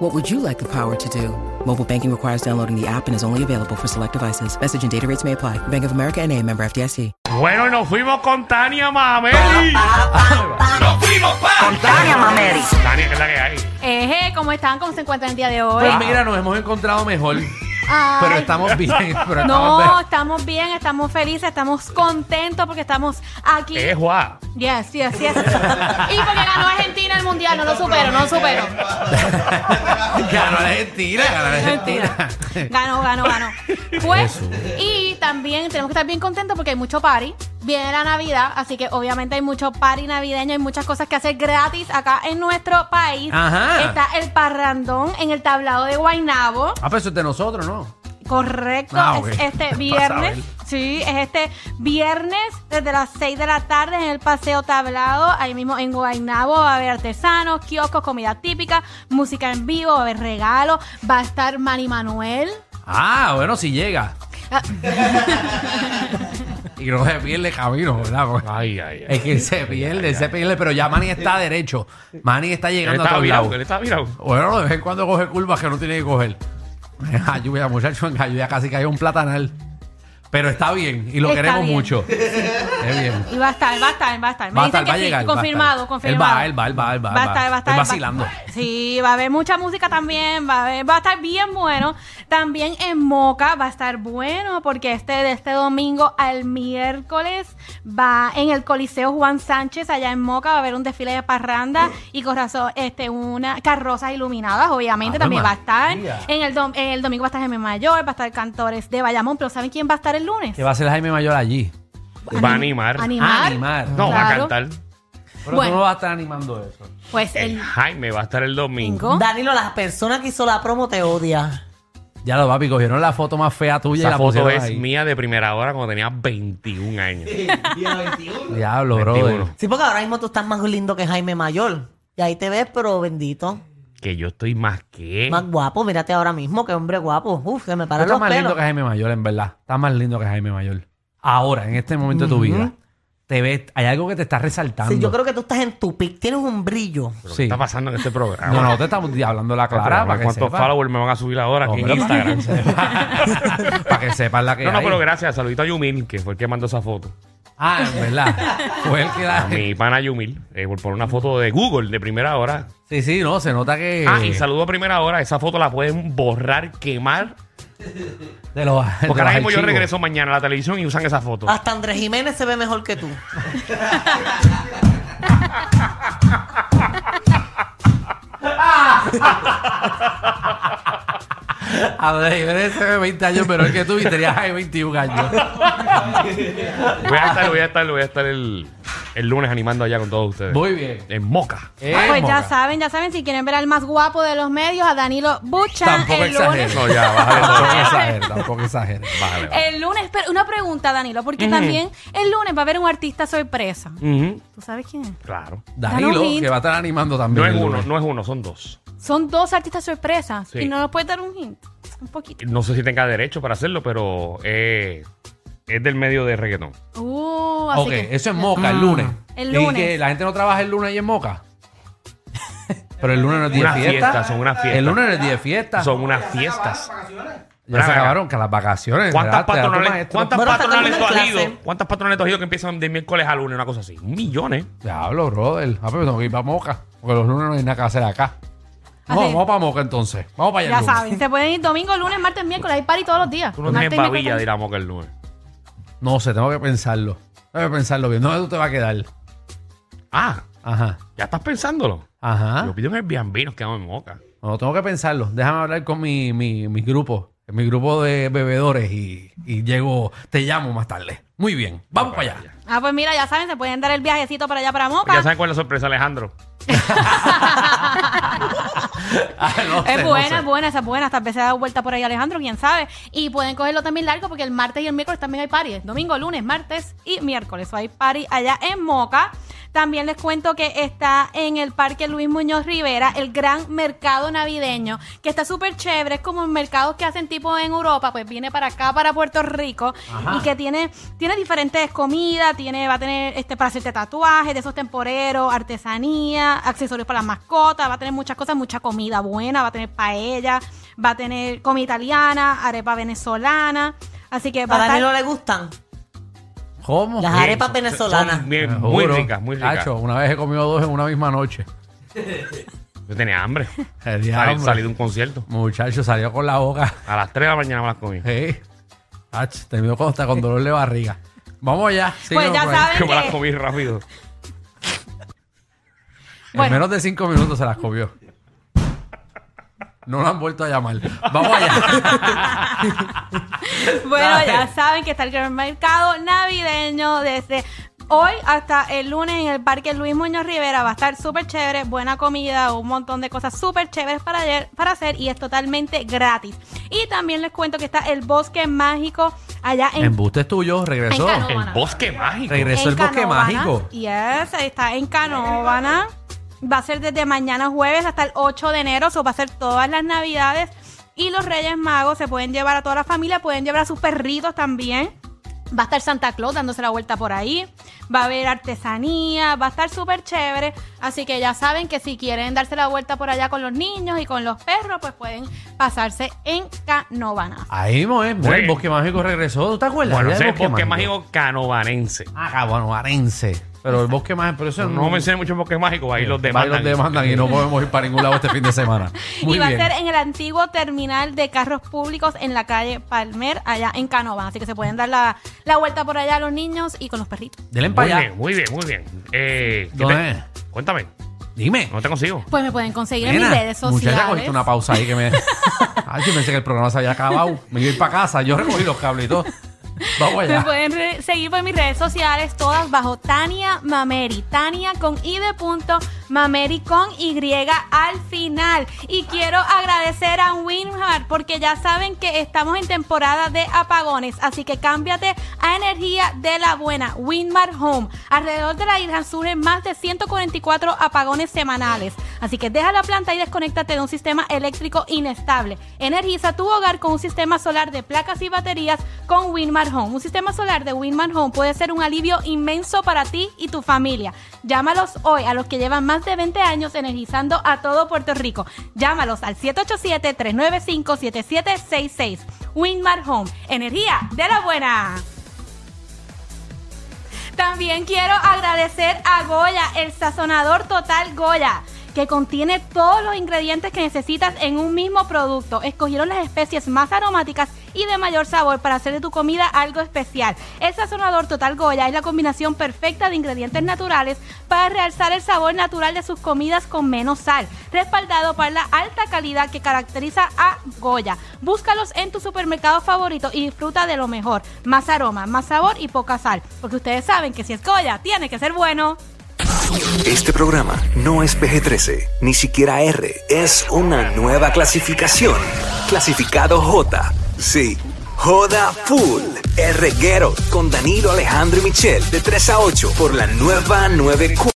What would you like the power to do? Mobile banking requires downloading the app and is only available for select devices. Message and data rates may apply. Bank of America and a member FDIC. Bueno, y nos fuimos con Tania Mameli. nos fuimos pa. Con Tania Mameli. Tania, que es la que hay. Eje, ¿cómo están? ¿Cómo se encuentran el día de hoy? Pues mira, nos hemos encontrado mejor. Ah. Ay, Pero estamos bien. Pero estamos No, bien. estamos bien, estamos felices, estamos contentos porque estamos aquí. Eh. Es Juá. Yes, yes, yes. y porque ganó Argentina el mundial, no lo supero, no lo supero. Ganó Argentina, ganó Argentina. Ganó, ganó, ganó. Pues, y también tenemos que estar bien contentos porque hay mucho party. Viene la Navidad, así que obviamente hay mucho party navideño, hay muchas cosas que hacer gratis acá en nuestro país. Ajá. Está el parrandón en el tablado de Guainabo. Ah, pero eso es de nosotros, ¿no? Correcto, Ah, ok. es este Pasa, viernes. Abel. Sí, es este viernes desde las 6 de la tarde en el Paseo Tablado, ahí mismo en Guaynabo va a haber artesanos, kioscos, comida típica, música en vivo, va a haber regalos, va a estar Manny Manuel. Ah, bueno, si llega. Ah. Y no se pierde camino, ¿verdad? Porque Ay, ay, ay. Es que se pierde, se pierde. Pero ya Manny está derecho. Manny está Él llegando a está todos virado, lados. él está virado. Bueno, de vez en cuando coge curvas que no tiene que coger. En Ayuda, muchacho, en Ayuda casi cayó un platanal. Pero está bien y lo Está queremos bien. mucho. Es bien. Y va a estar, va a estar, va a estar. Me Va a dicen estar, va a que sí, llegar. va a confirmado, estar. confirmado. Él va, él va, él va, él va. Va a estar, va a estar. Él va- vacilando. Sí, va a haber mucha música también, va a, haber- va a estar bien bueno. También en Moca va a estar bueno porque este de este domingo al miércoles va en el Coliseo Juan Sánchez allá en Moca va a haber un desfile de parranda y corazón este una carrozas iluminadas, obviamente Ave también va a estar. María. En el, dom- en el domingo va a estar Jaime Mayor, va a estar Cantores de Bayamón, pero ¿saben quién va a estar el lunes? Que va a ser Jaime Mayor allí. Va a animar. Animar. Animar. No, va a Claro. cantar. Pero Bueno. tú no vas a estar animando eso. Pues El el Jaime va a estar el domingo. domingo. Danilo, las personas que hizo la promo te odian. Ya lo papi, cogieron la foto más fea tuya y Esa la foto pusieron es ahí. mía de primera hora cuando tenía 21 años. Diablo, brother. 21. Sí, porque ahora mismo tú estás más lindo que Jaime Mayor. Y ahí te ves, pero bendito. Que yo estoy más que. Más guapo, mírate ahora mismo, qué hombre guapo. Uf, se me Tú paran estás los más lindo pelos. que Jaime Mayor, en verdad. Estás más lindo que Jaime Mayor. Ahora, en este momento de tu vida, te ves, hay algo que te está resaltando. Sí, yo creo que tú estás en tu pic, tienes un brillo. ¿Pero ¿Qué sí. está pasando en este programa? No, no, te estamos hablando la clara para que ¿Cuántos sepa. followers me van a subir ahora aquí en Hombre, para Instagram? que sepa. Para que sepas la que No, no, hay. pero gracias. Saludito a Yumil, que fue el que mandó esa foto. Ah, en verdad. Fue el que A la... mi pana Yumil, eh, por poner una foto de Google de primera hora. Sí, sí, no, se nota que... Ah, y saludo a primera hora. Esa foto la pueden borrar, quemar. De los, de los Porque ahora mismo yo archivos. Ah. regreso mañana a la televisión y usan esa foto. Hasta Andrés Jiménez se ve mejor que tú. A ver, Jiménez se ve 20 años menor que tú y tenías ahí 21 Ah, años. Voy a estar, voy a estar, voy a estar el, el lunes animando allá con todos ustedes. Muy bien. En Moca. Eh, Pues ya Moca. saben, ya saben, si quieren ver al más guapo de los medios, a Danilo Buchan Tampoco el lunes. exageres. No, ya, bájale todo. Tampoco exageres, tampoco exageres. Bájale, bájale. El lunes, pero una pregunta, Danilo, porque también el lunes va a haber un artista sorpresa. Ujú, ¿Tú sabes quién es? Claro. Danos Danilo, un hint. que va a estar animando No también. es el uno, lunes. no es uno, son dos. Son dos artistas sorpresas. Sí. Y no nos puedes dar un hint. Un poquito. No sé si tenga derecho para hacerlo, pero eh, es del medio de reggaetón. Uh, así Ok, que. eso es Moca, el lunes. El Y lunes. que la gente no trabaja el lunes y en Moca. Pero el lunes no es día Una de fiesta. fiesta, son una fiesta. El lunes no es día de fiesta. Son unas fiestas. ya se acabaron que las vacaciones. ¿Cuántas ¿verdad? Te da tu patronales, maestro. ¿cuántas Bueno, está patronales tú tomando has clase. ido? ¿Cuántas patronales tú has ido que empiezan de miércoles a lunes? Una cosa así. Millones. Diablo, brother. Ah, pero tengo que ir para Moca. Porque los lunes no hay nada que hacer acá. No, Así. vamos para Moca entonces. Vamos para allá. Ya el lunes. saben, se pueden ir domingo, lunes, martes, miércoles. Hay party todos los días. Tú no Martes tienes y miércoles babilla de ir a Moca el lunes. No sé, tengo que pensarlo. Tengo que pensarlo bien. ¿Dónde tú te vas a quedar? Ah, Ajá. ya estás pensándolo. Ajá. Yo pido un Airbnb y nos quedamos en Moca. No, tengo que pensarlo. Déjame hablar con mi, mi, mi grupo. Mi grupo de bebedores y, y llego, te llamo más tarde. Muy bien, vamos para allá. también. Ah, pues mira, ya saben, se pueden Pues dar el viajecito para allá para Moca. Ya sabes cuál es la sorpresa, Alejandro. Ah, no sé, Es no buena, sé. es buena, esa es buena. Tal vez se da vuelta por ahí Alejandro, quién sabe. Y pueden cogerlo también largo porque el martes y el miércoles también hay party. Domingo, lunes, martes y miércoles. So, hay party allá en Moca. También les cuento que está en el Parque Luis Muñoz Rivera el gran mercado navideño, que está súper chévere. Es como mercados que hacen tipo en Europa, pues viene para acá, para Puerto Rico, y que tiene, tiene diferentes comidas, tiene, va a tener este para hacerte tatuajes, de esos temporeros, artesanía, accesorios para las mascotas, va a tener muchas cosas, mucha comida buena, va a tener paella, va a tener comida italiana, arepa venezolana. Así que A va a Danilo estar- le gustan. ¿Cómo? Las Te arepas venezolanas. Son bien- juro. muy ricas, muy ricas. Tacho, una vez he comido dos en una misma noche. Yo tenía hambre. El Salí, diablo. salí de un concierto. Muchacho, salió con la boca. A las 3 de la mañana me las comí. Hey. Ach, te vio costa con dolor de barriga. Vamos allá. síguenos Pues ya por ahí. saben. Que me las comí rápido. En Bueno. menos de cinco minutos se las comió. No la han vuelto a llamar. Vamos allá. Bueno, Dale. ya saben que está el gran mercado navideño desde hoy hasta el lunes en el Parque Luis Muñoz Rivera. Va a estar súper chévere, buena comida, un montón de cosas súper chéveres para, ayer- para hacer y es totalmente gratis. Y también les cuento que está el Bosque Mágico allá en, Embuste es tuyo. Regresó. En Cano. El bosque mágico. Regre- regresó el Bosque Canóvanas. Mágico. Yes, está en Canóvana. Va a ser desde mañana jueves hasta el 8 de enero. Eso va a ser todas las navidades. Y los Reyes Magos se pueden llevar a toda la familia, pueden llevar a sus perritos también. Va a estar Santa Claus dándose la vuelta por ahí. Va a haber artesanía. Va a estar súper chévere. Así que ya saben que si quieren darse la vuelta por allá con los niños y con los perros, pues pueden pasarse en Canóvana. Ahí mismo es. Mira, el bosque mágico regresó. ¿Tú te acuerdas? Bueno, Ya ese del es el bosque mágico canovanense. Ah, bueno, arense. Pero el bosque mágico. Pero eso No mencioné mucho bosque mágico, ahí los Va y demandan. los demandan y no podemos ir para ningún lado este fin de semana. Muy y va bien. a ser en el antiguo terminal de carros públicos en la calle Palmer, allá en Canova. Así que se pueden dar la, la vuelta por allá a los niños y con los perritos. Denle Muy para allá. bien, muy bien, muy bien. Eh, ¿qué ¿Dónde te- es? Cuéntame, Dime. ¿no te consigo? Pues me pueden conseguir en mis Nena, redes muchacha, sociales. cogiste una pausa ahí que me. Ay, yo pensé que el programa se había acabado. Me iba a ir para casa. Yo recogí los cables y todo. Vamos Me allá. pueden re- seguir por mis redes sociales, todas bajo Tania Mameri. Tania con I de punto, Mameri con Y al final. Y quiero agradecer a Winmar porque ya saben que estamos en temporada de apagones. Así que cámbiate a energía de la buena. Winmar Home. Alrededor de la isla surgen más de 144 apagones semanales. Así que deja la planta y desconéctate de un sistema eléctrico inestable. Energiza tu hogar con un sistema solar de placas y baterías con Winmar Home. Un sistema solar de Winmar Home puede ser un alivio inmenso para ti y tu familia. Llámalos hoy a los que llevan más de 20 años energizando a todo Puerto Rico. Llámalos al 787-395-7766. Winmar Home. Energía de la buena. También quiero agradecer a Goya, el sazonador total Goya, que contiene todos los ingredientes que necesitas en un mismo producto. Escogieron las especies más aromáticas y de mayor sabor para hacer de tu comida algo especial. El sazonador total Goya es la combinación perfecta de ingredientes naturales para realzar el sabor natural de sus comidas con menos sal, respaldado por la alta calidad que caracteriza a Goya. Búscalos en tu supermercado favorito y disfruta de lo mejor. Más aroma, más sabor y poca sal. Porque ustedes saben que si es Goya, tiene que ser bueno. Este programa no es PG-13, ni siquiera R. Es una nueva clasificación. Clasificado J. Sí. Joda Full. R. Guerrero con Danilo Alejandro y Michel de 3 a 8 por la nueva 94.